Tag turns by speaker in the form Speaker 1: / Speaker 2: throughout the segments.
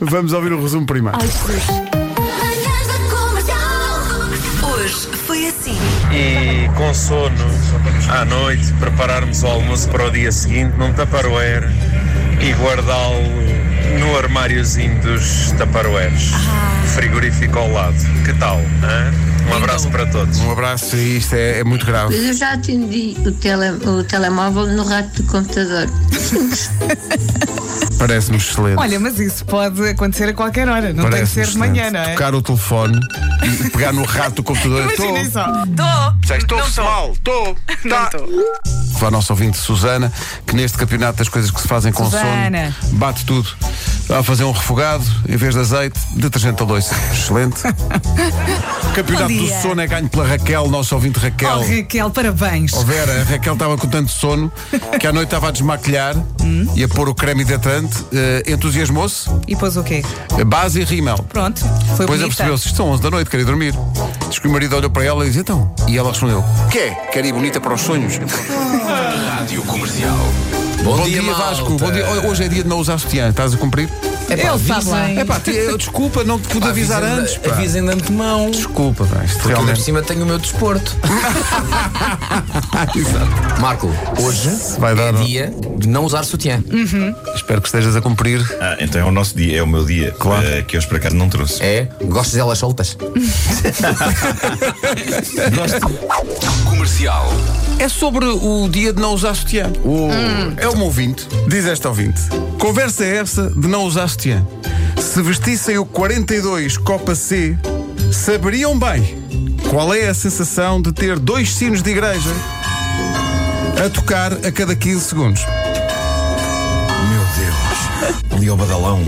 Speaker 1: Vamos ouvir o resumo primeiro.
Speaker 2: Ai, Jesus.
Speaker 3: Manhãs da comercial. Hoje foi assim.
Speaker 4: e com sono à noite prepararmos o almoço para o dia seguinte num Tupperware e guardá-lo no armáriozinho dos Tupperwares. Frigorífico ao lado. Que tal? hã? Um abraço para todos.
Speaker 1: Um abraço, isto é, é muito grave.
Speaker 5: Eu já atendi o, tele, o telemóvel no rato do computador.
Speaker 1: Parece-me excelente.
Speaker 2: Olha, mas isso pode acontecer a qualquer hora, não tem que
Speaker 1: Parece-me
Speaker 2: ser de manhã, não
Speaker 1: excelente.
Speaker 2: é?
Speaker 1: Tocar o telefone e pegar no rato do computador.
Speaker 2: Imaginem
Speaker 1: Tô.
Speaker 2: só.
Speaker 1: Já estou
Speaker 2: Não tô.
Speaker 1: mal, estou. Tá. Vá ao nosso ouvinte Susana, que neste campeonato das coisas que se fazem com
Speaker 2: Susana.
Speaker 1: sono, bate tudo. A fazer um refogado, em vez de azeite, detergente da loiça. Excelente. campeonato
Speaker 2: Bom
Speaker 1: do
Speaker 2: dia.
Speaker 1: sono é ganho pela Raquel, nosso ouvinte Raquel.
Speaker 2: Oh, Raquel, parabéns.
Speaker 1: Oh Vera, a Raquel estava com tanto sono que à noite estava a desmaquilhar
Speaker 2: Hum?
Speaker 1: e a pôr o creme hidratante, eh, entusiasmou-se,
Speaker 2: E pôs o quê?
Speaker 1: É base e rímel.
Speaker 2: Pronto, foi
Speaker 1: Depois
Speaker 2: bonita.
Speaker 1: apercebeu-se, estão 11 da noite, queria dormir. Diz que o marido olhou para ela e disse, então? E ela respondeu, quê? Quer ir bonita para os sonhos?
Speaker 6: Rádio Comercial. Bom,
Speaker 1: Bom dia, Vasco. Bom dia. Ho- Hoje é dia de não usar sutiã. Estás a cumprir?
Speaker 2: Ele sabe lá.
Speaker 1: É pá, desculpa, não te pude avisar antes. pá.
Speaker 6: Avisem de antemão.
Speaker 1: Desculpa, pá, isto
Speaker 6: Porque eu ainda por
Speaker 1: realmente
Speaker 6: cima tenho o meu desporto. Marco, hoje
Speaker 1: vai dar.
Speaker 6: é
Speaker 1: não?
Speaker 6: dia de não usar sutiã.
Speaker 1: Espero que estejas a cumprir.
Speaker 7: Ah, então é o nosso dia, é o meu dia.
Speaker 1: Claro.
Speaker 7: eh, que hoje para cá não trouxe.
Speaker 6: É, gostas delas soltas?
Speaker 8: Comercial.
Speaker 1: É sobre o dia de não usar sutiã. É um ouvinte. Diz esta ouvinte. Conversa é essa de não usar sutiã. Se vestissem o 42 Copa C, saberiam bem qual é a sensação de ter dois sinos de igreja a tocar a cada 15 segundos.
Speaker 7: Ali ao badalão.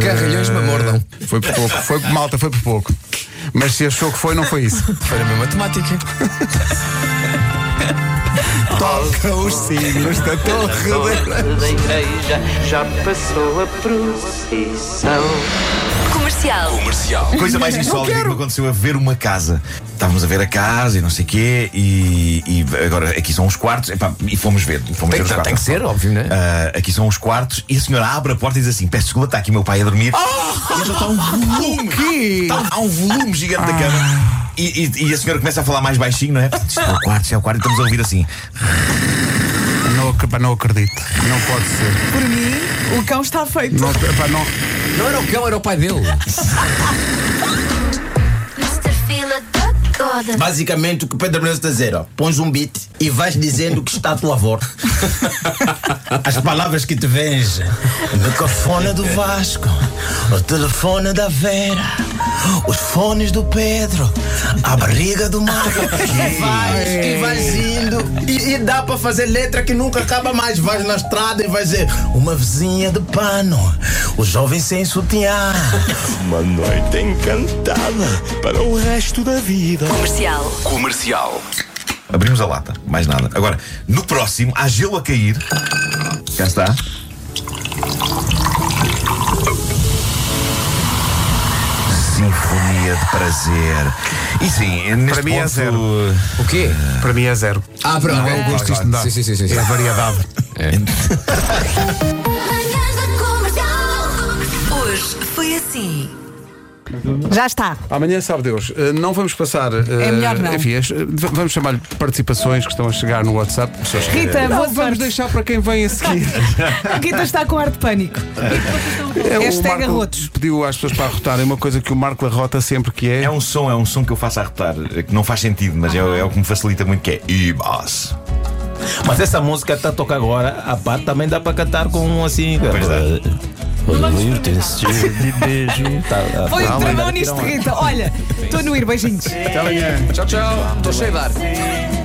Speaker 6: Carrilhões me mordam.
Speaker 1: Ah, Foi por pouco, foi malta, foi por pouco. Mas se achou que foi, não foi isso.
Speaker 6: Foi a minha matemática.
Speaker 1: Toca os sinos da torre. da-
Speaker 9: da igreja já passou a procissão.
Speaker 3: Comercial.
Speaker 8: Comercial.
Speaker 7: Coisa mais insólita que me aconteceu a ver uma casa. Estávamos a ver a casa e não sei o quê, e, e agora aqui são os quartos, epá, e fomos ver. e Fomos ver
Speaker 6: Tem,
Speaker 7: os
Speaker 6: tem,
Speaker 7: quartos.
Speaker 6: tem que ser, óbvio, né?
Speaker 7: Ah, aqui são os quartos, e a senhora abre a porta e diz assim: Peço desculpa, está aqui meu pai a dormir. E já está um volume.
Speaker 1: quê?
Speaker 7: Está um- há um volume gigante da cama. E, e- e a senhora começa a falar mais baixinho, não é? Isto é o quarto, isto é o quarto, e estamos a ouvir assim.
Speaker 1: Não, ac- pá, não acredito. Não pode ser.
Speaker 2: Por mim, o cão está feito.
Speaker 1: Não, pá, não.
Speaker 6: Não era o
Speaker 1: é,
Speaker 6: cão, era o pai dele.
Speaker 3: Mr. Fila da toda.
Speaker 10: Basicamente, o que o Pedro Brunel está a dizer, ó, pões um beat e vais dizendo que está a tua avó. As palavras que te vens. O microfone do Vasco, o telefone da Vera, os fones do Pedro, a barriga do Marco. E vais, e vais indo. E, e dá para fazer letra que nunca acaba mais. Vais na estrada e vais dizer uma vizinha de pano, o jovem sem sutiã.
Speaker 7: Uma noite encantada para o resto da vida.
Speaker 3: Comercial.
Speaker 8: Comercial.
Speaker 7: Abrimos a lata, mais nada. Agora, no próximo, há gelo a cair. Cá está. Sinfonia de prazer. E sim, neste
Speaker 1: Para mim é
Speaker 7: ponto,
Speaker 1: zero.
Speaker 6: O quê?
Speaker 1: Para mim é zero.
Speaker 6: Ah, pronto.
Speaker 1: Não é o gosto que isto me dá.
Speaker 6: Sim, sim, sim. sim.
Speaker 1: É a variedade.
Speaker 3: Manhãs da comercial. Hoje foi assim.
Speaker 2: Já está.
Speaker 1: Amanhã, sabe Deus, eh, não vamos passar. É
Speaker 2: melhor não.
Speaker 1: Enfim, as- v- vamos chamar-lhe participações que estão a chegar no WhatsApp. Eh,
Speaker 2: Rita,
Speaker 1: Não,
Speaker 2: boa
Speaker 1: vamos
Speaker 2: sorte.
Speaker 1: deixar para quem vem a seguir.
Speaker 2: Rita está com ar de pânico.
Speaker 1: É,
Speaker 2: Hashtag
Speaker 1: Marco
Speaker 2: arrotos.
Speaker 1: Pediu às pessoas para arrotarem uma coisa que o Marco arrota sempre que é.
Speaker 7: é um som, é um som que eu faço a rotar, que não faz sentido, mas é, é o que me facilita muito, que é Ibas.
Speaker 10: Mas essa música está a tocar agora, a parte também dá para cantar com um assim. cara.
Speaker 7: Pois é.
Speaker 10: Olha, tem esse cheiro de beijo. é. Tá,
Speaker 2: Foi um dragão nisto, Rita. Olha, estou no ir, beijinhos.
Speaker 6: Tchau, tchau. Estou cheio de ar.